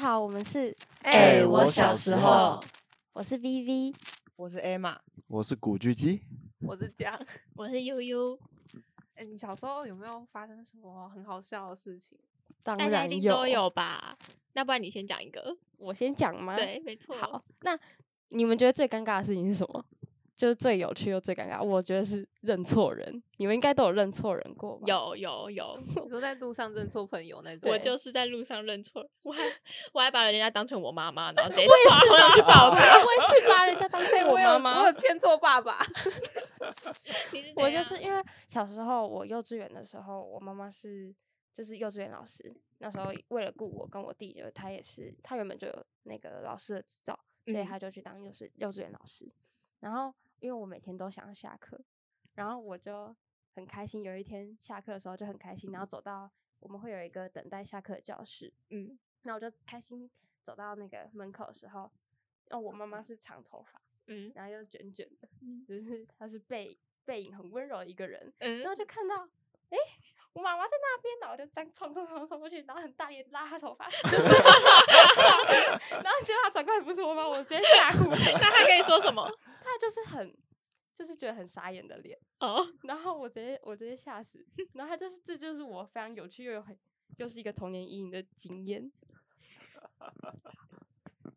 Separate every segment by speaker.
Speaker 1: 好，我们是，
Speaker 2: 哎
Speaker 3: 哎我小时候，
Speaker 1: 我是 VV，
Speaker 2: 我是 A 嘛，
Speaker 3: 我是古巨基，
Speaker 4: 我是这样。
Speaker 5: 我是悠悠，
Speaker 4: 哎、你小时候有没有发生什么很好笑的事情？
Speaker 1: 当
Speaker 5: 大家
Speaker 1: 然
Speaker 5: 一定
Speaker 1: 有，
Speaker 5: 都有吧？那不然你先讲一个，
Speaker 1: 我先讲吗？，
Speaker 5: 对，没错。
Speaker 1: 啊好，那你们觉得最尴尬的事情是什么？就是最有趣又最尴尬，我觉得是认错人。你们应该都有认错人过吧？，
Speaker 5: 有有 有，
Speaker 4: 你说在路上认错朋友那种？
Speaker 5: 我
Speaker 1: 对
Speaker 5: 就是在路上认错，我还我还把人家当成我妈妈，然后直接抓回
Speaker 1: 啊
Speaker 5: 来去抱
Speaker 1: 我
Speaker 5: 他。
Speaker 1: 也是把人家当
Speaker 4: 哎
Speaker 1: 成我
Speaker 4: 我
Speaker 1: 妈
Speaker 4: 有
Speaker 1: 妈。
Speaker 4: 我有牵错爸爸。
Speaker 5: 你是怎
Speaker 1: 我就
Speaker 5: 样
Speaker 1: 是因为小时候我幼稚园的时候，我妈妈是就是幼稚园老师，那时候为了顾我跟我弟，就他也是他原本就有那个老师的执照，所以
Speaker 4: 嗯
Speaker 1: 他就去当幼稚幼稚园老师。然后因为我每天都想要下课，然后我就很开心，有一天下课的时候就很开心，然后走到我们会有一个等待下课的教室，嗯，那我就开心走到那个门口的时候，哦，我妈妈是长头发。
Speaker 5: 嗯
Speaker 1: 然后又卷卷的，就是她是背背影很温柔的一个人，然后
Speaker 5: 嗯，
Speaker 1: 就看到，诶，我妈妈在那边，然后我就这样冲冲冲冲过去，然后很大力地拉她头发， 然后结果她转过来不是我妈，我直接吓哭，
Speaker 5: 那他跟你说什么？
Speaker 1: 她就是很就是觉得很傻眼的脸，
Speaker 5: 哦，
Speaker 1: 然后我直接我直接吓死， 然后她就是这就是我非常有趣又有很又是一个童年阴影的经验。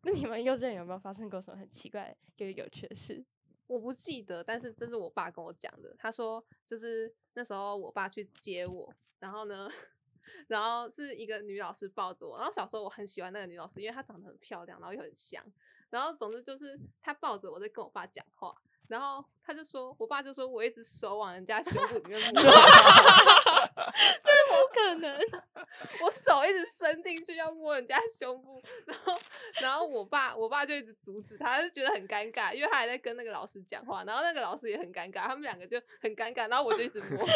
Speaker 1: 那你们幼稚园有没有发生过什么很奇怪又有趣的事？
Speaker 4: 我不记得，但是这是我爸跟我讲的。他说，就是那时候我爸去接我，然后呢， 然后是一个女老师抱着我。然后小时候我很喜欢那个女老师，因为她长得很漂亮，然后又很香。然后总之就是她抱着我在跟我爸讲话，然后他就说，我爸就说我一直手往人家胸部里面摸，
Speaker 5: 不可能，
Speaker 4: 我手一直伸进去要摸人家胸部，然后然后我爸我爸就一直阻止他，他就觉得很尴尬，因为他还在跟那个老师讲话，然后那个老师也很尴尬，他们两个就很尴尬，然后我就一直 摸，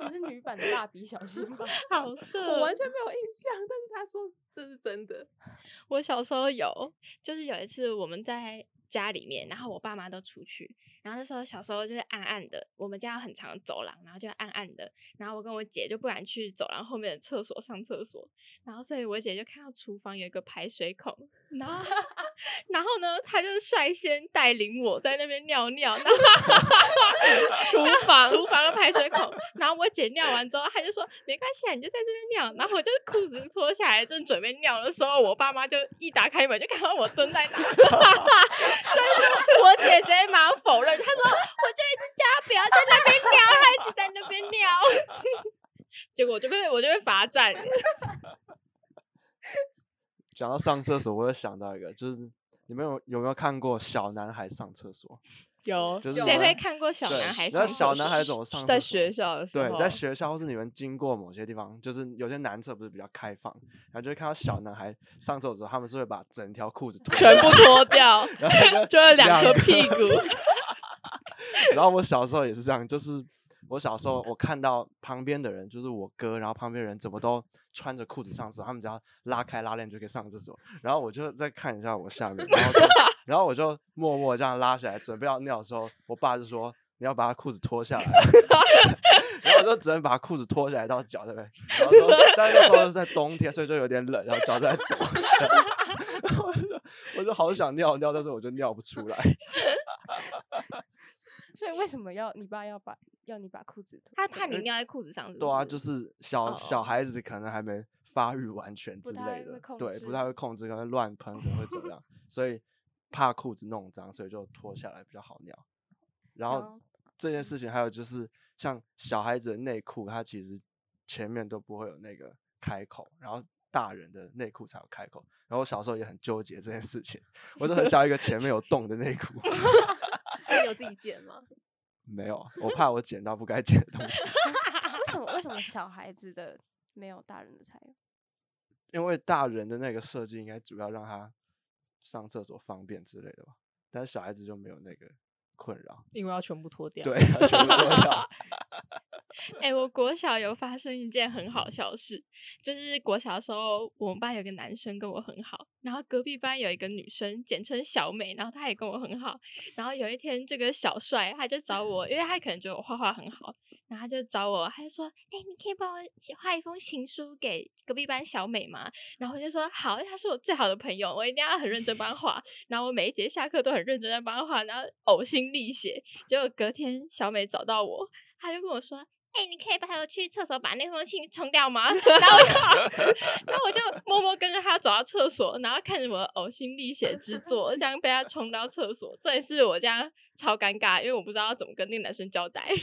Speaker 1: 你是女版的蜡笔小新吧？
Speaker 5: 好色。哦
Speaker 4: 我完全没有印象，但是他说这是真的，
Speaker 5: 我小时候有，就是有一次我们在家里面，然后我爸妈都出去，然后那时候小时候就是暗暗的，我们家有很长的走廊，然后就暗暗的，然后我跟我姐就不敢去走廊后面的厕所上厕所，然后所以我姐就看到厨房有一个排水孔，然后。 然后呢，她就率先带领我在那边尿尿，然后厨房厨房的排水孔，然后我姐尿完之后，她就说没关系啊，你就在这边尿。然后我就裤子脱下来，正准备尿的时候，我爸妈就一打开门就看到我蹲在 那，就是我姐直接马上否认，她说我就一直叫她不要在那边尿，她一直在那边尿， 结果我就被我就被罚站。
Speaker 3: 讲到上厕所，我又想到一个，就是你们有有没有看过小男孩上厕所？
Speaker 5: 有
Speaker 3: 就是
Speaker 5: 谁
Speaker 3: 我
Speaker 5: 会
Speaker 3: 们
Speaker 5: 看过小
Speaker 3: 对
Speaker 5: 男孩
Speaker 3: 那
Speaker 5: 上厕所？
Speaker 3: 小男孩怎么上
Speaker 2: 在
Speaker 3: 厕所
Speaker 2: 学校的时候，
Speaker 3: 对，在学校或是你们经过某些地方，就是有些男厕不是比较开放，然后就会看到小男孩上厕所的时候，他们是会把整条裤子脱
Speaker 2: 全
Speaker 3: 掉
Speaker 2: 部脱掉，
Speaker 3: 然后就
Speaker 2: 就是两
Speaker 3: 两
Speaker 2: 个
Speaker 3: 个
Speaker 2: 屁股，
Speaker 3: 然后我小时候也是这样，就是我小时候我看到旁边的人，就是我哥，然后旁边人怎么都穿着裤子上厕所，他们只要拉开拉链就可以上厕所，然后我就再看一下我下面，然后就然后我就默默这样拉起来，准备要尿的时候，我爸就说你要把他裤子脱下来，然后我就只能把裤子脱下来到脚那边，然后说，但是那时候是在冬天，所以就有点冷，然后脚在抖， 然后我就我就好想尿尿，但是我就尿不出来。
Speaker 1: 所以为什么要你爸要把要你把裤子脱？
Speaker 5: 他怕你尿在裤子上是不
Speaker 3: 对啊，就是小、
Speaker 5: 哦
Speaker 3: 小孩子可能还没发育完全
Speaker 1: 不
Speaker 3: 之
Speaker 1: 太
Speaker 3: 类
Speaker 1: 会
Speaker 3: 的
Speaker 1: 控，
Speaker 3: 对，
Speaker 1: 制
Speaker 3: 不太会控制，可能乱喷，可能会怎 么样，所以怕裤子弄脏，所以就脱下来比较好尿。然后
Speaker 1: 脏
Speaker 3: 这件
Speaker 1: 嗯
Speaker 3: 事情还有就是，像小孩子的内裤，它其实前面都不会有那个开口，然后。大人的内裤才有开口，然后我小时候也很纠结这件事情， 我就很想要一个前面有洞的内裤，
Speaker 4: 那你有自己剪吗？
Speaker 3: 没有，我怕我捡到不该捡的东西。
Speaker 1: 为什么为什么小孩子的没有大人的才有？
Speaker 3: 因为大人的那个设计应该主要让他上厕所方便之类的吧，但是小孩子就没有那个困扰。
Speaker 2: 因为要全部脱掉。
Speaker 3: 对，，啊全部都要
Speaker 5: 哎、我国小有发生一件很好笑的事，就是国小的时候，我们班有个男生跟我很好，然后隔壁班有一个女生，简称小美，然后她也跟我很好。然后有一天，这个小帅他就找我，因为他可能觉得我画画很好，然后他就找我，他就说：“哎、你可以帮我写画一封情书给隔壁班小美吗？”然后我就说：“好，因为他是我最好的朋友，我一定要很认真帮他画。”然后我每一节下课都很认真在帮他画，然后呕心沥血。结果隔天小美找到我，她就跟我说：“哎、你可以陪我去厕所把那封信冲掉吗？” 然后我就，然后我就默默跟着她走到厕所，然后看着我的呕心沥血之作，这样被她冲到厕所。这也是我这样超尴尬，因为我不知道要怎么跟那个男生交代。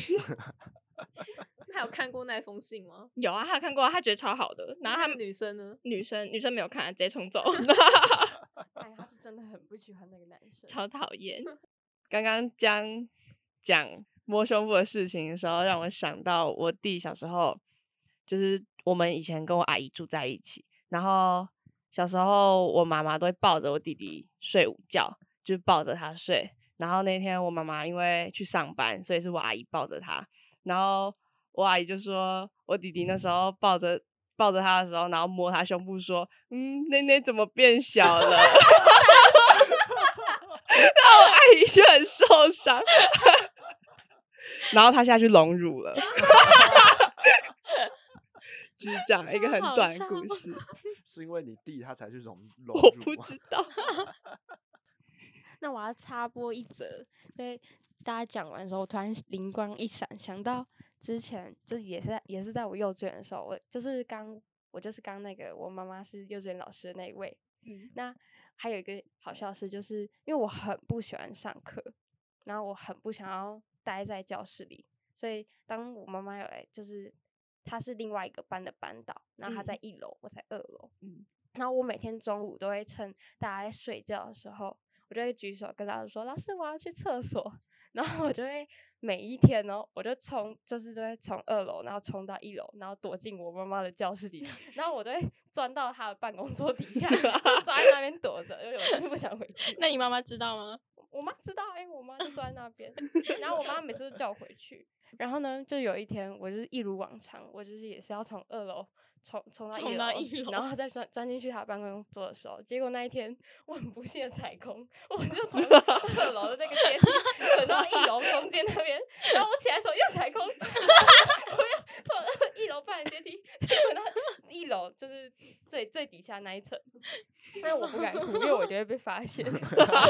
Speaker 4: 他有看过那封信吗？
Speaker 5: 有啊，他有看过啊，他觉得超好的。然
Speaker 4: 那
Speaker 5: 后他
Speaker 4: 那
Speaker 5: 们
Speaker 4: 个女生呢？
Speaker 5: 女生女生没有看，直接冲走，
Speaker 1: 哎，他是真的很不喜欢那个男生。
Speaker 5: 超讨厌。
Speaker 2: 刚刚将讲摸胸部的事情的时候，让我想到我弟小时候，就是我们以前跟我阿姨住在一起，然后小时候我妈妈都会抱着我弟弟睡午觉，就抱着他睡。然后那天我妈妈因为去上班，所以是我阿姨抱着他。然后我阿姨就说，我弟弟那
Speaker 5: 嗯
Speaker 2: 时候抱着抱着他的时候，然后摸他胸部说：“嗯，内内怎么变小了？” 然后我阿姨就很受伤，然后她下去隆乳了， 就是这样一个很
Speaker 5: 超好
Speaker 2: 短的
Speaker 5: 笑
Speaker 2: 故事，
Speaker 3: 是因为你弟他才去融融
Speaker 2: 我
Speaker 3: 入
Speaker 2: 不
Speaker 3: 吗
Speaker 2: 知道。
Speaker 1: 那我要插播一则，在大家讲完的时候，我突然灵光一闪，想到之前就是也是在也是在我幼稚园的时候，我就是刚我就是刚那个我妈妈是幼稚园老师的那一位，
Speaker 5: 嗯
Speaker 1: 那还有一个好笑的事，就是因为我很不喜欢上课，然后我很不想要待在教室里，所以当我妈妈有来，就是她是另外一个班的班导，然后她在一楼，我在二楼，
Speaker 2: 嗯
Speaker 1: 然后我每天中午都会趁大家在睡觉的时候，我就会举手跟老师说：“老师，我要去厕所。”然后我就会每一天哦，我就冲，就是就会从二楼，然后冲到一楼，然后躲进我妈妈的教室里，然后我都会钻到她的办公桌底下， 就钻在那边躲着，因为我就是不想回去。
Speaker 5: 那你妈妈知道吗？
Speaker 1: 我妈知道，因为我妈就坐在那 边，然后我妈每次都叫我回去。然后呢，就有一天，我就是一如往常，我就是也是要从二楼冲冲到
Speaker 5: 冲
Speaker 1: 一
Speaker 5: 到
Speaker 1: 楼，
Speaker 5: 一
Speaker 1: 然
Speaker 5: 楼
Speaker 1: 后再钻钻进去她的办公桌的时候，结果那一天我很不幸的踩空，我就从二楼的那个阶 梯滚到一楼中间那边，然后我起来的时候又踩空， 我又从二一楼半的阶梯滚到一楼，就是最最底下那一层。但是我不敢哭，因为我觉得被发现。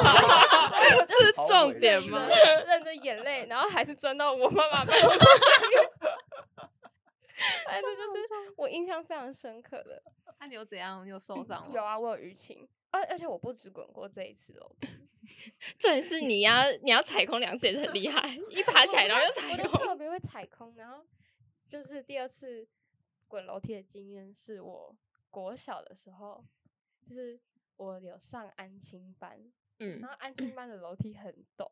Speaker 1: 我就
Speaker 3: 好
Speaker 2: 重
Speaker 3: 委
Speaker 2: 点
Speaker 3: 屈啊
Speaker 1: 忍
Speaker 2: 吗
Speaker 1: 着 忍着眼泪，然后还是钻到我妈妈办公桌上面。哎，这就是我印象非常深刻的。
Speaker 4: 那、你有怎样？你嗯有受
Speaker 5: 哦
Speaker 4: 伤
Speaker 1: 有
Speaker 4: 吗？
Speaker 1: 啊，我有淤青，而而且我不止滚过这一次楼梯，
Speaker 5: 重点是你要你要踩空两次也是很厉害，一爬
Speaker 1: 我
Speaker 5: 起来
Speaker 1: 不
Speaker 5: 然后又
Speaker 1: 知道
Speaker 5: 踩
Speaker 1: 我就
Speaker 5: 空，
Speaker 1: 特别会踩空，然后就是第二次滚楼梯的经验是我国小的时候，就是我有上安亲班，
Speaker 5: 嗯
Speaker 1: 然，后安亲班的楼梯很陡，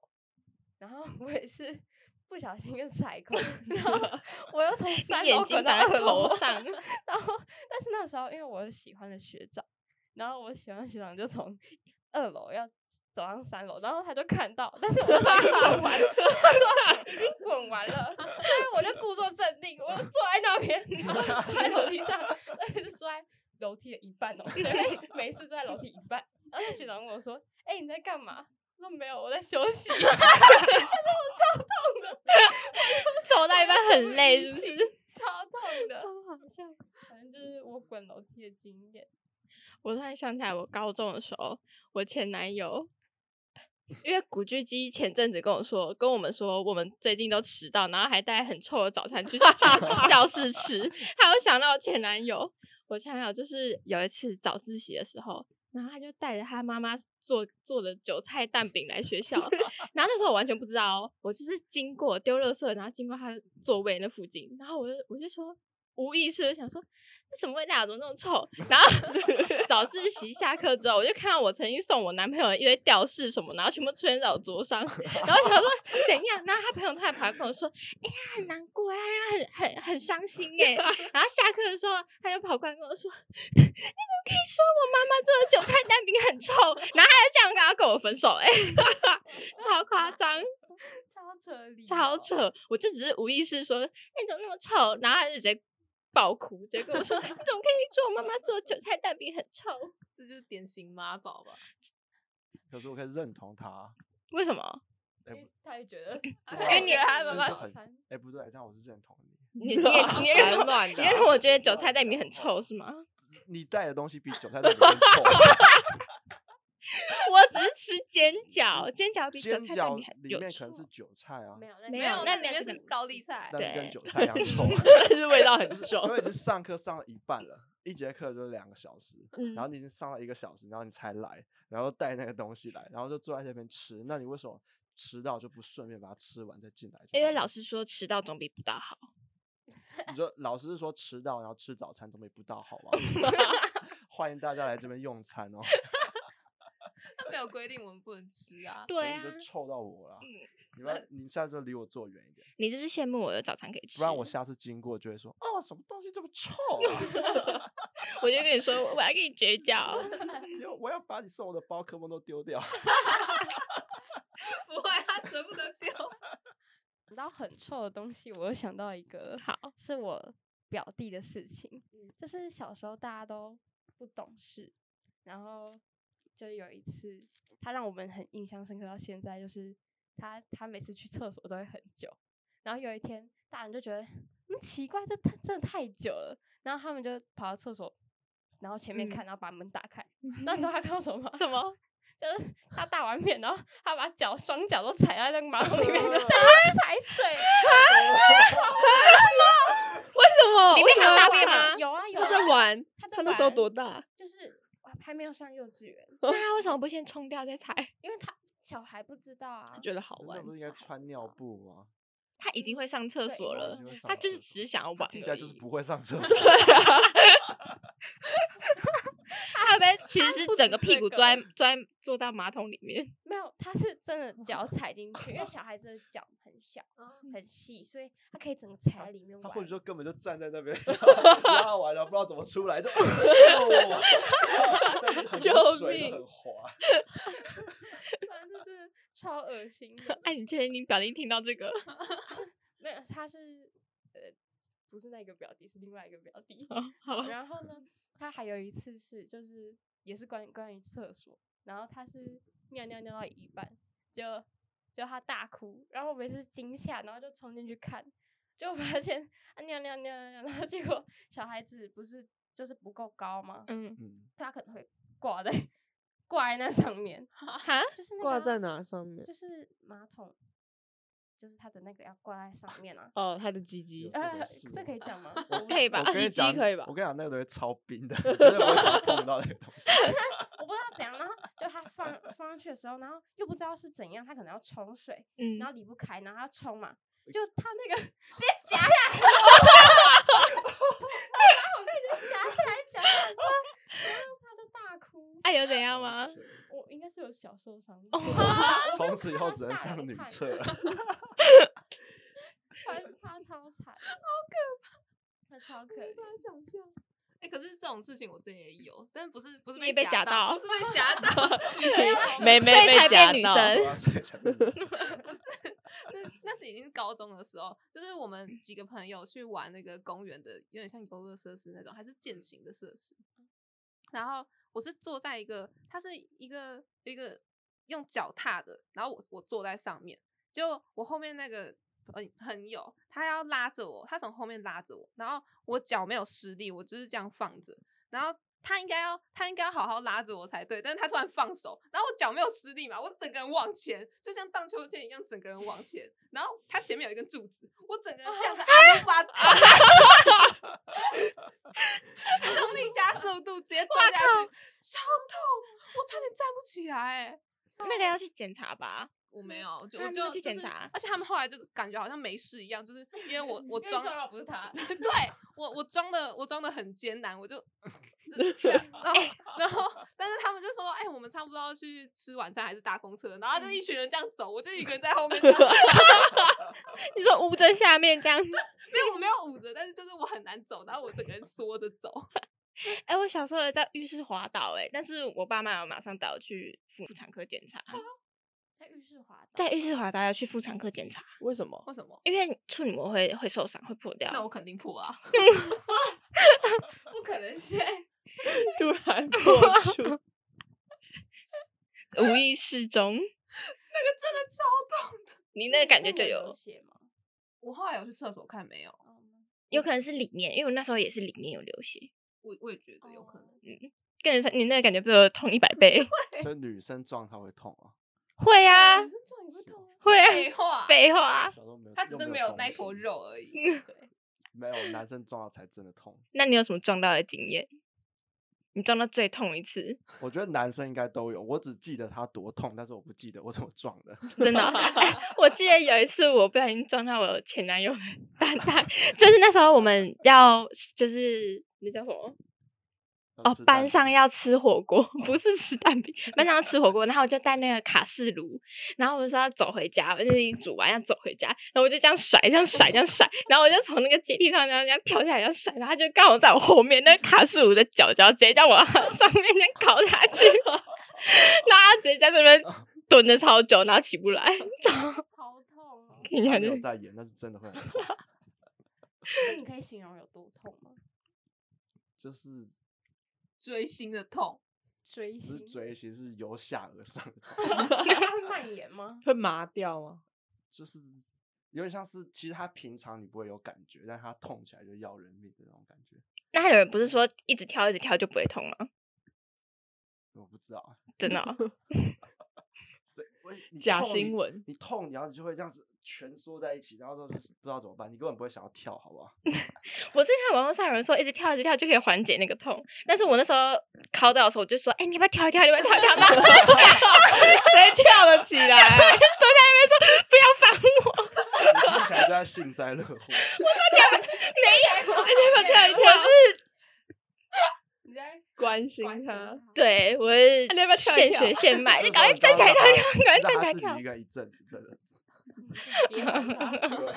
Speaker 1: 然 后我也是不小心就踩空，然 后我又从三
Speaker 5: 你
Speaker 1: 楼
Speaker 5: 眼睛
Speaker 1: 滚到
Speaker 5: 长在
Speaker 1: 二楼
Speaker 5: 头上，
Speaker 1: 然后但是那时候因为我有喜欢的学长，然后我喜欢的学长就从二楼要走上三楼，然后他就看到，但是我那时候已经滚完了，他说已经滚完了，所以我就故作镇定，我就坐在那边，然后坐在楼梯上，但是坐在楼梯的一半哦，所以 每次坐在楼梯一半，然后那学长问我说：“哎、你在干嘛？”我说没有，我在休息。
Speaker 5: 走到一半很累，是不
Speaker 1: 全
Speaker 5: 是
Speaker 1: 部？超痛的，
Speaker 5: 好笑。
Speaker 1: 反正就是我滚楼梯的经验。
Speaker 5: 我突然想起来，我高中的时候，我前男友，因为古巨基前阵子跟我说，跟我们说我们最近都迟到，然后还带很臭的早餐去 去教室吃，还有想到前男友，我前男友就是有一次早自习的时候，然后他就带着他妈妈做做的韭菜蛋饼来学校，然后那时候我完全不知道哦，我就是经过丢垃圾，然后经过他座位那附近，然后我就我就说无意识的想说这什么味道，怎么那么臭？然后 早自习下课之后，我就看到我曾经送我男朋友的一堆吊饰什么，然后全部出现在我桌上， 然后我想说怎样？然后他朋友突然跑来跟我说：“哎、他很难过啊，他很很很伤心哎、然后下课的时候，他就跑过来跟我说：“你怎么可以说我妈妈做的韭菜蛋饼很臭？”然后他就这样跟他跟我分手哎、 超夸张。
Speaker 1: 超扯理，啊
Speaker 5: 超！扯！我就只是无意识说，那你怎么那么臭？然后他就直接爆哭，结果我说，你怎么可以说我妈妈做韭菜蛋饼很臭？
Speaker 4: 这就是典型妈宝吧？
Speaker 3: 可是我可以认同他，
Speaker 5: 为什么？
Speaker 3: 哎、啊
Speaker 1: 因为他也觉得，
Speaker 3: 不，
Speaker 1: 哎
Speaker 4: 因为你觉得他
Speaker 3: 那
Speaker 4: 们
Speaker 3: 就
Speaker 4: 慢
Speaker 3: 很
Speaker 1: 慢
Speaker 3: 哎不对，这样我是认同你。
Speaker 5: 你你也你 也认
Speaker 2: 蛮
Speaker 5: 为
Speaker 2: 乱
Speaker 5: 你
Speaker 2: 的
Speaker 5: 认为
Speaker 2: 啊
Speaker 5: 我觉得韭菜蛋里面很臭是吗？
Speaker 3: 你带的东西比韭菜蛋更臭，啊
Speaker 5: 我只是吃煎饺，煎饺比
Speaker 3: 煎
Speaker 5: 韭菜蛋
Speaker 3: 饺
Speaker 5: 里还
Speaker 3: 里
Speaker 5: 有
Speaker 3: 面可
Speaker 5: 臭
Speaker 3: 能。是韭菜啊
Speaker 1: 没，有，
Speaker 4: 没
Speaker 5: 没
Speaker 4: 有，那
Speaker 5: 那
Speaker 4: 里面
Speaker 5: 两个
Speaker 4: 是
Speaker 5: 不
Speaker 4: 高
Speaker 5: 是
Speaker 4: 丽菜，
Speaker 3: 但是
Speaker 5: 对
Speaker 3: 跟韭菜一样臭啊。
Speaker 2: 但是味 道很
Speaker 3: 因
Speaker 2: 重
Speaker 3: 为。已经上课上了一半了，一节课就是两个小时，
Speaker 5: 嗯
Speaker 3: 然后你已经上了一个小时，然后你才来，然后带那个东西来，然后就坐在那边吃，那你为什么迟到就不顺便把它吃完再进来就好了？
Speaker 5: 因为老师说迟到总比不到好。
Speaker 3: 你说老师是说迟到然后吃早餐总比不到好吧？欢迎大家来这边用餐哦，
Speaker 4: 他没有规定我们不能吃啊。
Speaker 3: 所
Speaker 5: 对
Speaker 3: 以
Speaker 5: 啊嗯
Speaker 3: 你，就臭到我了。你们你下次就离我坐远一 点，
Speaker 5: 你就是羡慕我的早餐可以吃，
Speaker 3: 不然我下次经过就会说哦什么东西这么臭啊！
Speaker 5: 我就跟你说我要跟你 绝交。
Speaker 3: 因为我要把你送我的包科目都丢 掉。
Speaker 4: 不会，
Speaker 3: 啊
Speaker 4: 他绝不能丢。
Speaker 1: 想到很臭的东西，我又想到一个，
Speaker 5: 好，嗯
Speaker 1: 是我表弟的事情，就是小时候大家都不懂事，然后就有一次，他让我们很印象深刻到现在，就是他他每次去厕所都会很久，然后有一天大人就觉得，嗯，奇怪，这太真的太久了，然后他们就跑到厕所，然后前面看，然后把门打 开，那你知道他看到什么吗？
Speaker 5: 嗯 什么？
Speaker 1: 就是他大完便，然后他把脚双脚都踩在那个马桶里面，在那边踩 水，
Speaker 2: 为什么？
Speaker 5: 里
Speaker 2: 为
Speaker 5: 面
Speaker 2: 什
Speaker 5: 还有
Speaker 2: 么
Speaker 5: 大
Speaker 2: 要
Speaker 5: 便
Speaker 2: 这样
Speaker 5: 吗
Speaker 1: 有啊有啊，
Speaker 2: 他在玩，
Speaker 1: 他在
Speaker 2: 他那时候
Speaker 1: 玩
Speaker 2: 多大？
Speaker 1: 就是还没有上幼稚园，
Speaker 5: 那啊他为什么不先冲掉再踩？
Speaker 1: 因为他小孩不知道啊
Speaker 2: 他，觉得好
Speaker 3: 那
Speaker 2: 玩
Speaker 3: 不。是应该穿尿布吗？
Speaker 5: 他已经会上厕
Speaker 1: 对
Speaker 5: 所
Speaker 1: 我
Speaker 5: 了
Speaker 3: 已经哦会，上
Speaker 5: 他就
Speaker 3: 厕所
Speaker 5: 是只想要
Speaker 3: 他
Speaker 5: 玩而已。
Speaker 3: 听起来就是不会上厕所。
Speaker 5: 他会不会其实
Speaker 1: 他
Speaker 5: 是
Speaker 1: 不
Speaker 5: 整
Speaker 1: 止
Speaker 5: 个屁
Speaker 1: 这
Speaker 5: 股
Speaker 1: 个
Speaker 5: 坐在坐在坐到马桶里面？
Speaker 1: 没有，他是真的脚踩进去，因 为小孩子的脚很小
Speaker 2: 哦
Speaker 1: 很细，所以他可以整个踩在里面
Speaker 3: 他
Speaker 1: 玩。
Speaker 3: 或者说根本就站在那边 拉完了，不知道怎么出来，就救我！但是很多
Speaker 2: 救
Speaker 3: 水
Speaker 2: 命
Speaker 3: 都很滑，
Speaker 1: 反正就是超恶心 的。
Speaker 5: 哎，你确定你表弟听到这个？
Speaker 1: 没有，他是呃不是那个表弟，是另外一个表弟。
Speaker 5: 好，
Speaker 1: 然后呢，他还有一次是就是也是关于关于厕所，然后他是尿尿尿到一半，就就他大哭，然后我每次惊吓，然后就冲进去看，就发现他尿尿尿尿尿， 然后结果小孩子不是就是不够高吗？
Speaker 5: 嗯，
Speaker 3: 嗯，
Speaker 1: 他可能会挂在挂在那上面，
Speaker 5: 哈，
Speaker 1: 就是那个
Speaker 2: 挂
Speaker 1: 啊
Speaker 2: 在哪上面？。
Speaker 1: 就是马桶，就是他的那个要挂在上面啊
Speaker 2: 哦，他的鸡鸡。
Speaker 3: 这
Speaker 1: 啊
Speaker 3: 没 事，
Speaker 1: 这可以 讲吗？
Speaker 5: 可以吧
Speaker 3: 我？跟你
Speaker 2: 鸡鸡
Speaker 3: 讲，
Speaker 2: 可以吧
Speaker 3: 我跟你讲，那个东西超冰的，你绝对不会想碰到那个东西。
Speaker 1: 我不知道怎样，然后就他放放上去的时候，然后又不知道是怎样，他可能要冲水，
Speaker 5: 嗯哎
Speaker 1: 然，后离不开，然后他冲嘛，就他那个 直接夹下 来， 然后我就直接夹下来，夹下来，然后他就大哭。
Speaker 5: 哎，哦有怎样 吗？
Speaker 1: 我应该是有小受伤，
Speaker 3: 从此以后只能上女厕了。
Speaker 1: 穿超超惨，好可怕，超可怜。
Speaker 4: 想象。哎、可是这种事情我之前也有，但不是不是
Speaker 5: 你被夹
Speaker 4: 到，
Speaker 5: 到
Speaker 4: 不是被夹到， 女生要
Speaker 2: 妹
Speaker 5: 所
Speaker 2: 妹
Speaker 5: 以
Speaker 2: 被
Speaker 5: 才
Speaker 2: 夹
Speaker 5: 变女
Speaker 2: 到
Speaker 5: 生
Speaker 3: 对。啊所以才变女生
Speaker 4: 不是，是那是已经是高中的时候，就是我们几个朋友去玩那个公园的，有点像游乐设施那种，还是健行的设施。然后我是坐在一个，它是一个一个用脚踏的，然后我我坐在上面，就我后面那个朋朋友，他要拉着我，他从后面拉着我，然后我脚没有施力，我就是这样放着，然后他应该要他应该要好好拉着我才对，但是他突然放手，然后我脚没有施力嘛，我整个人往前，就像荡秋千一样，整个人往前，然后他前面有一根柱子，我整个人这样子阿鲁巴哈，重力加速度直接撞下去，超痛，我差点站不起来、欸。
Speaker 5: 那个要去检查吧。
Speaker 4: 我没有，我就
Speaker 5: 那
Speaker 4: 我
Speaker 5: 你有
Speaker 4: 就
Speaker 5: 去
Speaker 4: 就
Speaker 5: 检
Speaker 4: 是
Speaker 5: 查，
Speaker 4: 而且他们后来就感觉好像没事一样，就是因为我我
Speaker 1: 因为
Speaker 4: 装，
Speaker 1: 撞到不是他
Speaker 4: 对我我装的我装的很艰难，我就就这样，然后然后但是他们就说，哎、我们差不多要去吃晚餐还是搭公车，然后就一群人这样走，我就一个人在后面这样，
Speaker 5: 你说 捂着下面这样，
Speaker 4: 因为我没有捂着，但是就是我很难走，然后我整个人缩着走，
Speaker 5: 哎、我小时候也在浴室滑倒、哎，但是我爸妈有马上带我去妇产科检查，
Speaker 1: 在浴室滑倒，
Speaker 5: 在浴室滑倒要去妇产科检查，
Speaker 2: 为什么？
Speaker 4: 为什么？
Speaker 5: 因为处女膜会会受伤，会破掉。
Speaker 4: 那我肯定破啊！
Speaker 1: 不可能先。
Speaker 2: 突然破处？
Speaker 5: 无意识中，
Speaker 4: 个真的超痛的。
Speaker 5: 你那个感觉就
Speaker 1: 有流
Speaker 5: 有，
Speaker 1: 血吗？
Speaker 4: 我后来有去厕所看，没有，
Speaker 1: 嗯
Speaker 5: 有可能是里面，因为我那时候也是里面有流血，
Speaker 4: 我我也觉得有可
Speaker 1: 哦
Speaker 4: 能。
Speaker 5: 跟着你那个感觉被我痛一百倍。
Speaker 3: 所以女生撞她会痛啊。
Speaker 5: 会啊
Speaker 4: 女，生撞也会痛啊，
Speaker 5: 会啊
Speaker 4: 嗯废话，
Speaker 5: 废话。啊
Speaker 3: 小时候没有，
Speaker 4: 他只
Speaker 3: 又
Speaker 4: 是
Speaker 3: 没
Speaker 4: 没
Speaker 3: 有
Speaker 4: 有那一
Speaker 3: 东
Speaker 4: 口
Speaker 3: 西，
Speaker 4: 肉而已。
Speaker 3: 没有男生撞到才真的痛。
Speaker 5: 那你有什么撞到的经验？你撞到最痛一次，
Speaker 3: 我觉得男生应该都有，我只记得他多痛，但是我不记得我怎么撞 的。
Speaker 5: 真的哦、哎我记得有一次我不小心撞到我前男友的 蛋蛋，就是那时候我们要就是那叫什
Speaker 3: 要
Speaker 5: 么？哦
Speaker 3: 吃，
Speaker 5: 班
Speaker 3: 蛋
Speaker 5: 上
Speaker 3: 饼哦
Speaker 5: 要吃火锅，不是吃蛋饼，班上要吃火锅，然后我就带那个卡式炉，然后我说要走回家，我就是煮完要走回家，然后我就这样甩，这样甩，这样甩，然后我就从那个阶梯上，然后这样跳下来，这样甩，然后他就刚好在我后面，那个卡式炉的脚脚直接在我 上面这样搞下 去，然后他直接在那边蹲了超久，然后起 不来，
Speaker 1: 好痛 哦！
Speaker 5: 跟你
Speaker 3: 他
Speaker 5: 讲
Speaker 3: 没啊
Speaker 5: 就
Speaker 3: 有
Speaker 5: 是
Speaker 3: 在演，那是真的会很 痛，
Speaker 1: 那你可以形容有多痛吗？
Speaker 3: 就是
Speaker 4: 追星的痛，
Speaker 1: 锥
Speaker 3: 不是
Speaker 1: 心，
Speaker 3: 追，其实是由下而上的痛，
Speaker 1: 它会蔓延 吗？
Speaker 2: 会麻掉吗？
Speaker 3: 就是有点像是，其实他平常你不会有感觉，但他痛起来就要人命的那种感觉。
Speaker 5: 那还有人不是说一直跳一直跳就不会痛吗？
Speaker 3: 我不知道啊，
Speaker 5: 真的哦、
Speaker 3: 所以我你
Speaker 2: 假
Speaker 3: 痛
Speaker 2: 新
Speaker 3: 你
Speaker 2: 闻
Speaker 3: 你痛，然后你就会这样子蜷缩在一起，然后之后就是不知道怎么办，你根本不会想要跳，好不好？
Speaker 5: 我之前看网络上有人说一直跳一直跳就可以缓解那个痛，但是我那时候考到的时候我就说，哎、你要不要跳一跳？你要不要跳一跳？ 然后然后
Speaker 2: 谁跳了起来啊？
Speaker 5: 不要烦我，
Speaker 3: 你听起来就在幸灾 乐祸，
Speaker 5: 没有，你要不要跳一
Speaker 2: 我
Speaker 5: 跳？
Speaker 1: 你在
Speaker 2: 关心
Speaker 1: 关心
Speaker 2: 他，
Speaker 5: 对，我是
Speaker 2: 啊你要不要跳一
Speaker 5: 现
Speaker 2: 跳
Speaker 5: 学现卖，
Speaker 3: 这
Speaker 5: 就
Speaker 3: 时
Speaker 5: 赶
Speaker 3: 候
Speaker 5: 快
Speaker 3: 你知道
Speaker 5: 站起来
Speaker 3: 让
Speaker 5: 跳
Speaker 3: 他
Speaker 5: 一跳，赶快
Speaker 3: 让
Speaker 5: 站
Speaker 3: 他
Speaker 5: 起
Speaker 3: 自
Speaker 5: 来跳
Speaker 3: 己一。个一阵子，真的。
Speaker 1: 别烦 它
Speaker 3: 对。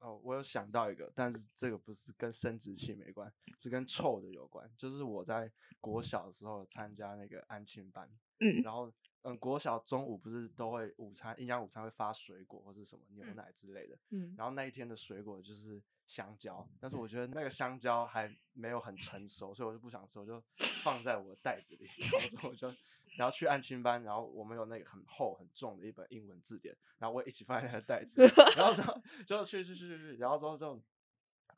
Speaker 3: 哦，我有想到一个，但是这个不是跟生殖器没关，是跟臭的有关。就是我在国小的时候参加那个安庆班，
Speaker 5: 嗯
Speaker 3: 然后嗯，国小中午不是都会午餐营养午餐会发水果或是什么牛奶之类的，
Speaker 2: 嗯，
Speaker 3: 然后那一天的水果就是香蕉，但是我觉得那个香蕉还没有很成熟，所以我就不想吃，我就放在我的袋子里。然后之 后我就，然后去安亲班，然后我们有那个很厚很重的一本英文字典，然后我也一起放在那个袋子里。然后之后就去去去去去，然后之后就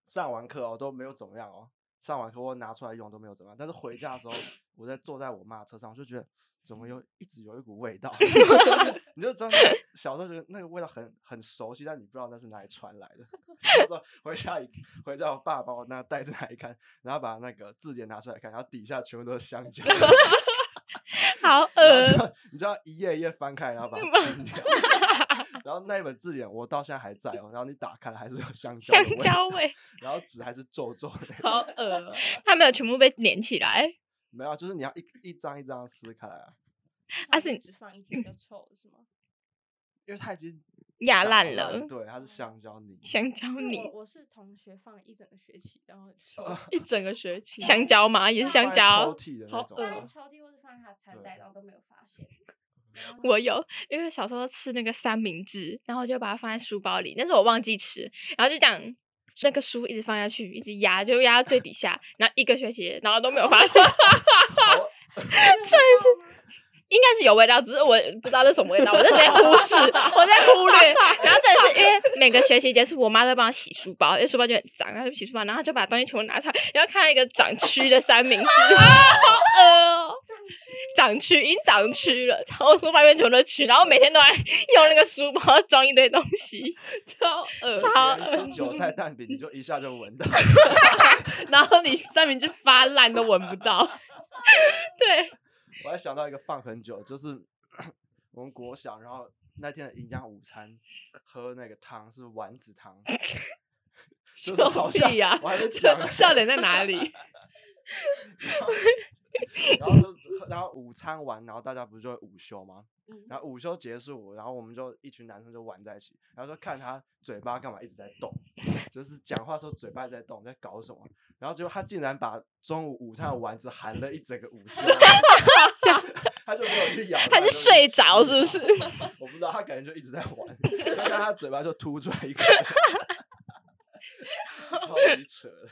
Speaker 3: 上完课哦都没有怎么样哦，上完课我拿出来用都没有怎么样，但是回家的时候，我在坐在我妈的车上，我就觉得怎么有一直有一股味 道，就是你就知道那个小时候觉得那个味道很很熟悉，但你不知道那是哪里传来的。 然后说回家一回家，我爸把我那袋子拿一看，然后把那个字典拿出来看，然后底下全部都是香 蕉，
Speaker 5: 好
Speaker 3: 然后
Speaker 5: 恶，
Speaker 3: 就你就要一页一页翻开，然后把它 清掉。 然后那一本字典我到现在还在哦，然后你打开了还是有香蕉
Speaker 5: 香
Speaker 3: 的味
Speaker 5: 蕉
Speaker 3: 道
Speaker 5: 味，
Speaker 3: 然后纸还是皱皱的那种。
Speaker 2: 好恶哦，
Speaker 5: 它没有全部被粘起来。
Speaker 3: 没有啊，就是你要一一张一张撕开来啊，
Speaker 5: 啊是你
Speaker 1: 只放一天就臭了是吗？
Speaker 3: 因为它已经
Speaker 5: 压
Speaker 3: 打
Speaker 5: 烂了
Speaker 3: 对，它是香蕉泥。
Speaker 5: 香蕉
Speaker 1: 因为
Speaker 5: 泥，
Speaker 1: 我我是同学放了一整个学期，然 后很臭，
Speaker 3: 哦
Speaker 2: 一整个学期，
Speaker 5: 香蕉吗？也是
Speaker 3: 呃放
Speaker 5: 香
Speaker 3: 在
Speaker 5: 蕉
Speaker 3: 抽。屉的
Speaker 2: 好
Speaker 3: 那种
Speaker 1: 放
Speaker 2: 恶
Speaker 1: 在
Speaker 3: 啊。
Speaker 1: 抽屉或是放在他的餐
Speaker 3: 对
Speaker 1: 袋，然后都没有发 现。
Speaker 5: 我有，因为小时候吃那个三明治，然后我就把它放在书包里，但是我忘记吃，然后就这样那个书一直放下去，一直压，就压到最底下，然后一个学期，然后都没有 发现，
Speaker 3: 好
Speaker 1: 这一次
Speaker 5: 应该是有味道，只是我不知道那什么味道，我就直接忽视，我在忽略。然后真的是因为每个学期结束，我妈都会帮我洗书包，因为书包就很脏，然后就洗书包，然后就把东西全部拿出来，然后看到一个长蛆的三明治，啊， 好恶哦、
Speaker 1: 长蛆，
Speaker 5: 长蛆，已经长蛆了，然后书包里面全都是蛆，然后每天都在用那个书包装一堆东西，
Speaker 2: 超恶
Speaker 5: 超
Speaker 3: 别人吃韭菜蛋饼，你就一下就闻 到。
Speaker 2: 然后你三明治发烂都闻不到，
Speaker 5: 对，
Speaker 3: 我还想到一个放很久，就是 我们国小，然后那天的营养午餐喝那个汤是丸子 汤， 就是好
Speaker 2: 屁
Speaker 3: 像
Speaker 2: 呀
Speaker 3: 我还在讲啊
Speaker 2: 笑点在哪里？
Speaker 3: 然后就喝然后午餐完，然后大家不是就会午休吗？
Speaker 1: 嗯
Speaker 3: 然后午休结束，然后我们就一群男生就玩在一起，然后就看他嘴巴干嘛一直在动，就是讲话的时候嘴巴一直在动，在搞什么？然后结果他竟然把中午午餐的丸子含了一整个午休， 他就没有去咬它，
Speaker 5: 他是
Speaker 3: 就
Speaker 5: 睡着
Speaker 3: 吃
Speaker 5: 是不是
Speaker 3: 它？ 我不知道，他感觉就一直在玩，就看他嘴巴就凸出来一个，超级扯的。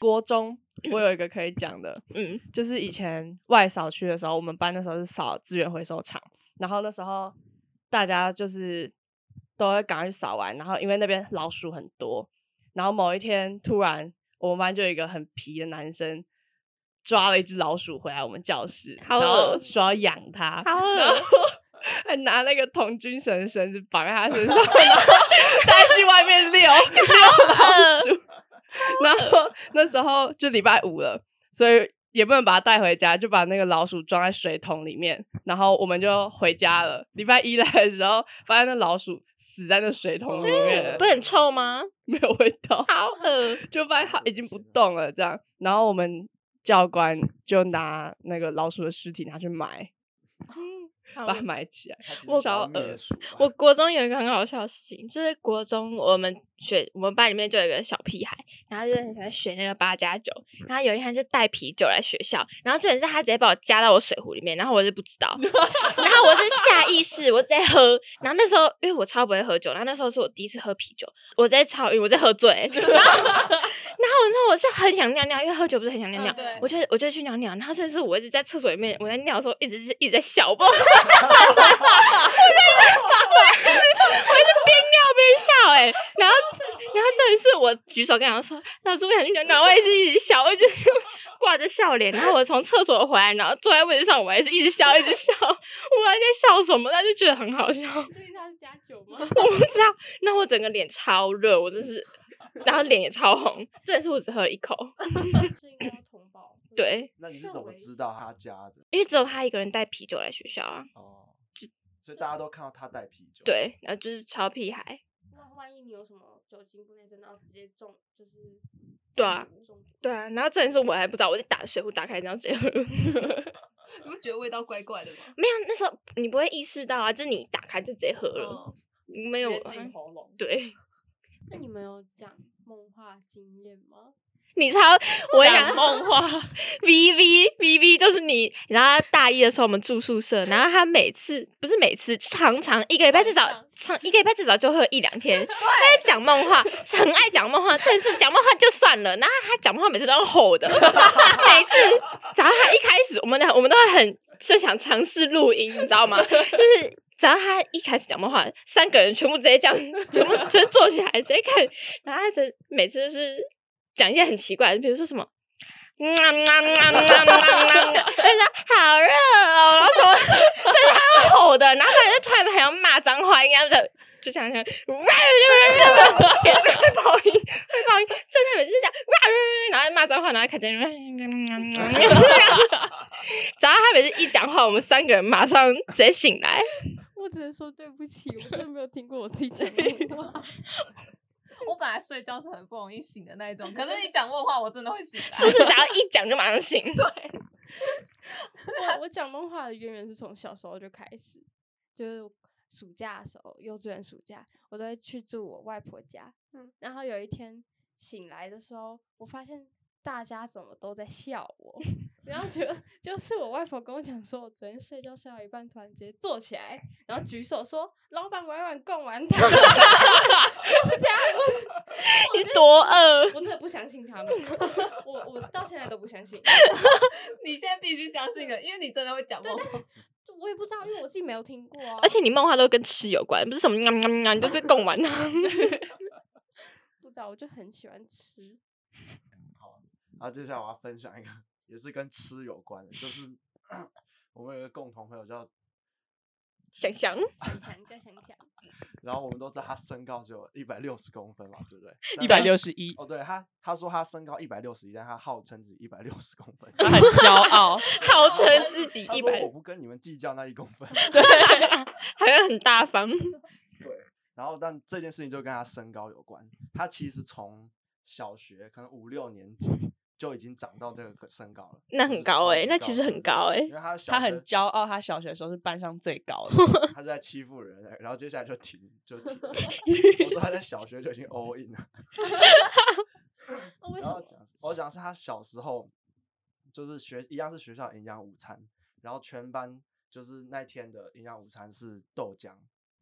Speaker 2: 国中我有一个可以讲的，
Speaker 5: 嗯，
Speaker 2: 就是以前外扫区的时候，我们班那时候是扫资源回收厂，然后那时候大家就是都会赶快去扫完，然后因为那边老鼠很多，然后某一天突然我们班就有一个很皮的男生。抓了一只老鼠回来我们教室，
Speaker 5: 好
Speaker 2: 然后
Speaker 5: 恶
Speaker 2: 说要养它，
Speaker 5: 好恶
Speaker 2: 然后还拿那个童军绳绳子绑在他身 上，然后带去外面遛遛老鼠。然后那时候就礼拜五了，所以也不能把它带回家，就把那个老鼠装在水桶里面，然后我们就回家了。礼拜一来的时候，发现那老鼠死在那水桶里面了
Speaker 5: 不，是很臭吗？
Speaker 2: 没有味道，
Speaker 5: 哦好恶，啊
Speaker 2: 就发现它已经不动了，这样。然后我们教官就拿那个老鼠的尸体拿去埋，
Speaker 5: 好
Speaker 2: 把它
Speaker 5: 恶
Speaker 2: 埋起来。
Speaker 3: 它其实
Speaker 5: 我
Speaker 3: 是要
Speaker 2: 搞
Speaker 3: 灭
Speaker 2: 呃
Speaker 3: 鼠吧
Speaker 5: 我国中有一个很好笑的事情，就是国中我们学我们班里面就有一个小屁孩，然后就是很喜欢学那个八加九，然后有一天他就带啤酒来学校，然后重点是他直接把我加到我水壶里面，然后我就不知道，然后我是下意识我在喝，然后那时候因为我超不会喝酒，然后那时候是我第一次喝啤酒，我在超晕，我在喝醉， 然后。然后你知道我是很想尿尿，因为喝酒不是很想尿
Speaker 4: 嗯
Speaker 5: 尿，
Speaker 4: 对
Speaker 5: 我就我就去尿尿，然后就是我一直在厕所里面，我在尿的时候一直是一直在笑，我不知道我是边尿边笑哎、然后然后这一次我举手跟老师说，老师我想去尿尿，我也是一直笑，我就挂着笑脸，然后我从厕所回来，然后坐在位置上，我还是一直笑一直笑，我还在笑什么，但就觉得很好笑，我
Speaker 1: 最近他是加酒 吗？
Speaker 5: 不知道，那我整个脸超热，我真是，然后脸也超红，真的是我只喝了一口，
Speaker 1: 这应该要通报。
Speaker 5: 对，
Speaker 3: 那你是怎
Speaker 1: 认
Speaker 3: 么
Speaker 1: 为
Speaker 3: 知道他加的？
Speaker 5: 因为只有他一个人带啤酒来学校啊，
Speaker 3: 哦，所以大家都看到他带啤酒。，
Speaker 5: 对，然后就是超屁孩，
Speaker 1: 那万一你有什么酒精不耐症，然后直接中就是
Speaker 5: 对啊
Speaker 1: 中毒中毒
Speaker 5: 对啊，然后重点是我还不知道，我就打水壶打开然后直 接喝。
Speaker 4: 你不觉得味道怪怪的吗？
Speaker 5: 没有，那时候你不会意识到啊，就是你打开就直接喝了，
Speaker 4: 嗯，
Speaker 5: 你没有
Speaker 4: 直接
Speaker 5: 啊
Speaker 4: 进喉咙。
Speaker 5: 对。
Speaker 1: 那你们有讲梦话经验吗？
Speaker 5: 你超，我
Speaker 2: 讲
Speaker 5: 想
Speaker 2: 梦
Speaker 5: 话 ，V V V V 就是你。然后大一的时候我们住宿舍，然后他每次不是每次，常常一个礼拜至少
Speaker 4: 晚上
Speaker 5: 常一个礼拜至少就喝一两天，他在讲梦话，很爱讲梦话。这一次讲梦话就算了，然后他讲梦话每次都要吼的，每次只要他一开始，我们的我们都会很就想尝试录音，你知道吗？就是。只要他一开始讲梦话，三个人全部直接这样，全部全坐起来直接看，然后他就每次就是讲一些很奇怪的，比如说什么。嗯啊嗯啊嗯啊嗯啊嗯啊嗯啊嗯啊就是说好热哦，然后什么，就是他会吼的，然后他就突然还要骂脏话，应该的，就想想，哇，会爆音，会爆音，真的每次就讲哇，然后骂脏话，然后开始，只要他每次一讲话，我们三个人马上直接醒来，
Speaker 1: 我只能说对不起，我真的没有听过我自己 讲梦话。
Speaker 4: 我本来睡觉是很不容易醒的那一种，可 是你讲梦话，我真的会醒
Speaker 5: 是不
Speaker 4: 来。
Speaker 5: 是只要一讲就马上醒？
Speaker 1: 我我讲梦话的渊源是从小时候就开始，就是暑假的时候，幼稚园暑假，我都会去住我外婆家。
Speaker 4: 嗯
Speaker 1: 然后有一天醒来的时候，我发现大家怎么都在笑我，然后就就是我外婆跟我讲说，我昨天睡觉睡到一半，突然直接坐起来，然后举手说：“老板，我要碗贡丸汤。”就是这样， 我
Speaker 5: 你多饿
Speaker 1: 我？我真的不相信他们， 我我到现在都不相信。
Speaker 4: 你现在必须相信了，因为你真的会讲梦话。
Speaker 1: 就我也不知道，因为我自己没有听过啊。
Speaker 5: 而且你梦话都跟吃有关，不是什么喵喵喵，你就是贡丸汤。
Speaker 1: 不知道，我就很喜欢吃。
Speaker 3: 然后接下来我要分享一个，也是跟吃有关的，就是 我们有一个共同朋友叫，
Speaker 5: 想想，
Speaker 1: 想想再想想，
Speaker 3: 然后我们都知道他身高只有一百六十公分嘛，对不对？但
Speaker 2: 一百
Speaker 3: 他
Speaker 2: 六十一，
Speaker 3: 哦，对他，他说他身高一百六十一，但他号称只一百六十公分。
Speaker 2: 他很骄傲。
Speaker 5: 号称自己
Speaker 3: 他
Speaker 5: 一
Speaker 3: 说
Speaker 5: 百
Speaker 3: 我，不跟你们计较那一公 分。
Speaker 5: 好像很大方。
Speaker 3: 然后，但这件事情就跟他身高有关。他其实从小学可能五六年级就已经长到这个身高了，
Speaker 5: 那
Speaker 3: 就是
Speaker 5: 很高
Speaker 3: 超
Speaker 5: 欸
Speaker 3: 级
Speaker 5: 那其实
Speaker 3: 的
Speaker 5: 很高欸
Speaker 3: 因为他小
Speaker 2: 他
Speaker 3: 学
Speaker 2: 很骄傲，他小学的时候是班上最高的。
Speaker 3: 他是在欺负人的，然后接下来就停就停了。 我说他在小学就已经 all in 了。
Speaker 2: 哦
Speaker 1: 那、为什
Speaker 3: 然后
Speaker 1: 么？
Speaker 3: 讲是，我讲是他小时候就是学一样是学校营养午餐，然后全班就是那天的营养午餐是豆浆，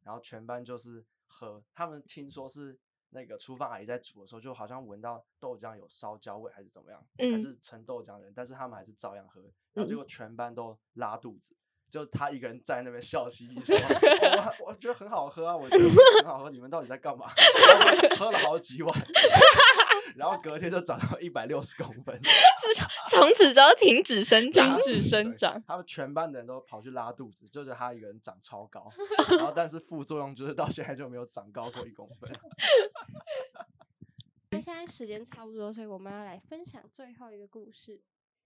Speaker 3: 然后全班就是喝。他们听说是那个厨房阿姨在煮的时候，就好像闻到豆浆有烧焦味还是怎么样，还
Speaker 5: 嗯
Speaker 3: 是盛豆浆的人，但是他们还是照样喝。然后结
Speaker 5: 嗯
Speaker 3: 果全班都拉肚子，就他一个人在那边笑嘻嘻 说哦我我觉得很好喝啊，我觉得很好喝，你们到底在干嘛？然后喝了好几 碗，然后隔天就长到一百六十公分，
Speaker 5: 至少从此之后停止生
Speaker 2: 停
Speaker 5: 长。
Speaker 2: 止生
Speaker 3: 对
Speaker 2: 长。
Speaker 3: 他们全班的人都跑去拉肚子，就是他一个人长超 高，然后但是副作用就是到现在就没有长高过一公分。
Speaker 1: 那现在时间差不多，所以我们要来分享最后一个故事。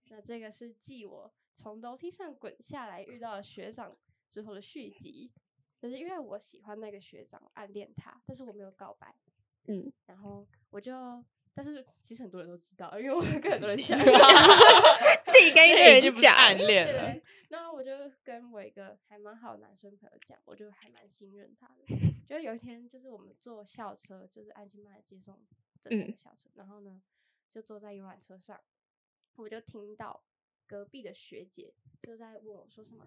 Speaker 1: 那这个是继我从楼梯上滚下来遇到了学长之后的续集，就是因为我喜欢那个学长，暗恋他，但是我没有告白。嗯，然后我就，但是其实很多人都知道，因为我跟很多人讲。
Speaker 5: 自己跟一
Speaker 2: 那
Speaker 5: 个
Speaker 2: 已经
Speaker 5: 人
Speaker 2: 不是
Speaker 5: 讲，
Speaker 2: 暗恋了
Speaker 1: 对，然后我就跟我一个还蛮好的男生朋友讲，我就还蛮信任他的。就有一天，就是我们坐校车，就是安亲班来接送的那
Speaker 5: 嗯
Speaker 1: 个校车，然后呢，就坐在游览车上，我就听到隔壁的学姐就在问我说什么：“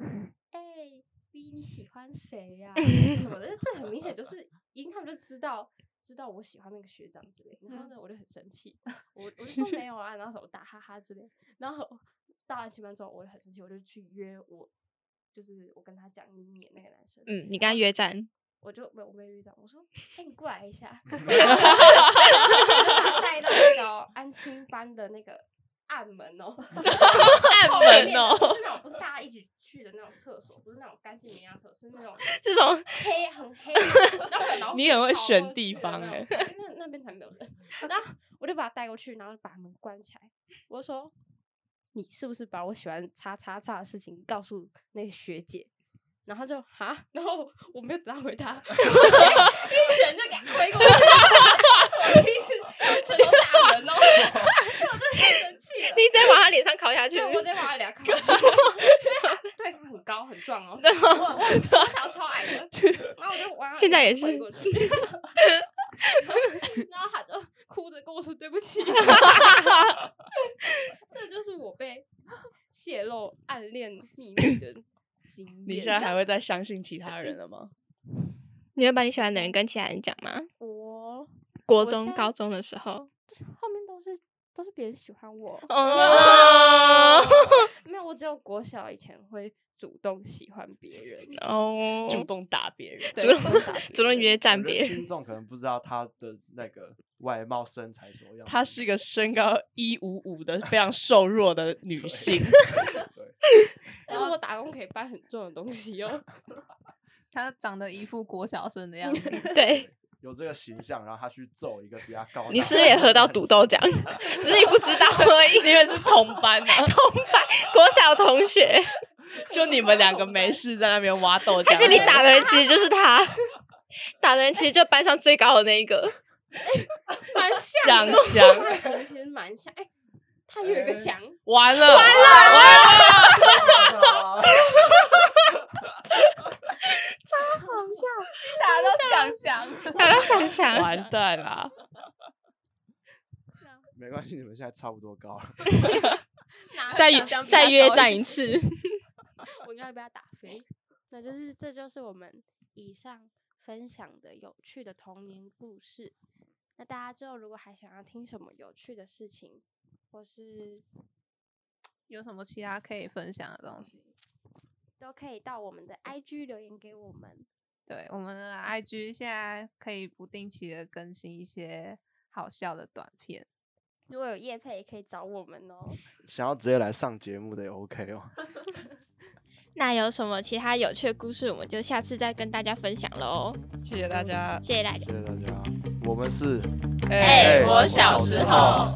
Speaker 1: 哎、B 你喜欢谁呀、什么的，这很明显就是一看就知道知道我喜欢那个学长之类。然后呢，我就很生气，我我就说没有啊，然后什么打哈哈之类。然后到安亲班之后，我就很生气，我就去约我，就是我跟他讲秘密的那个男生。
Speaker 5: 嗯，你跟他约战，
Speaker 1: 我就没有我没有遇到，我 说，哎、你过来一下，然后就把他带到那个安亲班的那个暗门哦，后
Speaker 5: 暗门
Speaker 1: 面的
Speaker 5: 哦
Speaker 1: 不是那种不是大家一起去的那种厕所，不是那种干净明亮厕所，是那种
Speaker 5: 这种
Speaker 1: 黑很 黑的，然后会有老鼠
Speaker 2: 你很会
Speaker 1: 跑
Speaker 2: 选
Speaker 1: 过去
Speaker 2: 地
Speaker 1: 的
Speaker 2: 方
Speaker 1: 那
Speaker 2: 欸
Speaker 1: 种厕所因为那那边才没有人，然后我就把他带过去，然后把门关起来，我就说。你是不是把我喜欢叉叉叉的事情告诉那个学姐？然后就哈，然后我没有等他回答， 我直接一拳就给他挥过去， 这是我第一次用拳头打人哦， 我真的太生气了
Speaker 5: 你。直接往他脸上敲下去
Speaker 1: 对，，我直接把他 俩扛去，因为他对方很高很壮哦，我我
Speaker 2: 啊
Speaker 1: 我想要超矮 的，然后我就往他
Speaker 5: 现在
Speaker 1: 脸
Speaker 5: 也
Speaker 1: 挥
Speaker 5: 是
Speaker 1: 过去然后嗯然后他就哭着跟我说对不起，这就是我被泄露暗恋秘密的经验。
Speaker 2: 你现在
Speaker 1: 这样
Speaker 2: 还会再相信其他人了 吗？
Speaker 5: 你会把你喜欢的人跟其他人讲吗？
Speaker 1: 我
Speaker 5: 国
Speaker 1: 我
Speaker 5: 中、
Speaker 1: 现在
Speaker 5: 高中的时候，
Speaker 1: 后面都是都是别人喜欢我，
Speaker 5: 哦
Speaker 1: 没有，我只有国小以前会主动喜欢别人，
Speaker 5: 哦，
Speaker 2: 主动打别人，
Speaker 1: 对
Speaker 5: 主动
Speaker 1: 主动打别
Speaker 5: 主动
Speaker 1: 人
Speaker 5: 约
Speaker 3: 我
Speaker 5: 战
Speaker 3: 觉得
Speaker 5: 别人，
Speaker 3: 听众可能不知道他的那个外貌身材什么样子，
Speaker 2: 她是一个身高一五五的非常瘦弱的女性，
Speaker 3: 对，
Speaker 1: 但是我打工可以搬很重的东西哦。
Speaker 4: 他长得一副国小生的样 子，
Speaker 5: 对，
Speaker 3: 有这个形象，然后他去揍一个比他高大的男生。
Speaker 5: 你是不是也喝到赌豆浆？ 只是你不知道而已。
Speaker 2: 你们是同 班 的、
Speaker 5: 同班国小同 学，
Speaker 2: 就你们两个没事在那边挖豆浆，
Speaker 5: 而且你打的人其实就是他， 打的人其实就班上最高的那 一个。
Speaker 1: 蛮
Speaker 2: 像
Speaker 1: 像的，
Speaker 2: 像
Speaker 1: 外形其实蛮像。哎、他有一个翔，
Speaker 2: 完了完了，
Speaker 3: 啊？
Speaker 4: 大家 都想想，
Speaker 5: 大家想想，
Speaker 2: 完蛋啦！
Speaker 3: 没关系，你们现在差不多高了。
Speaker 1: 哪
Speaker 5: 再
Speaker 1: 有
Speaker 5: 约
Speaker 4: 想象比
Speaker 5: 再
Speaker 4: 较
Speaker 5: 约
Speaker 4: 高一
Speaker 5: 战
Speaker 4: 点
Speaker 5: 一次。
Speaker 1: 我应该被他打飞。那就是这就是我们以上分享的有趣的童年故事。那大家之后如果还想要听什么有趣的事情，或是
Speaker 4: 有什么其他可以分享的东西？
Speaker 1: 都可以到我们的 IG 留言给我们。
Speaker 4: 对，我们的 IG 现在可以不定期的更新一些好笑的短片。
Speaker 1: 如果有业配，也可以找我们哦。
Speaker 3: 想要直接来上节目的也 OK 哦。
Speaker 5: 那有什么其他有趣的故事，我们就下次再跟大家分享喽。
Speaker 2: 谢谢大家，
Speaker 5: 谢谢大家。
Speaker 3: 哎谢谢大家，我们是
Speaker 5: 哎哎我小时候。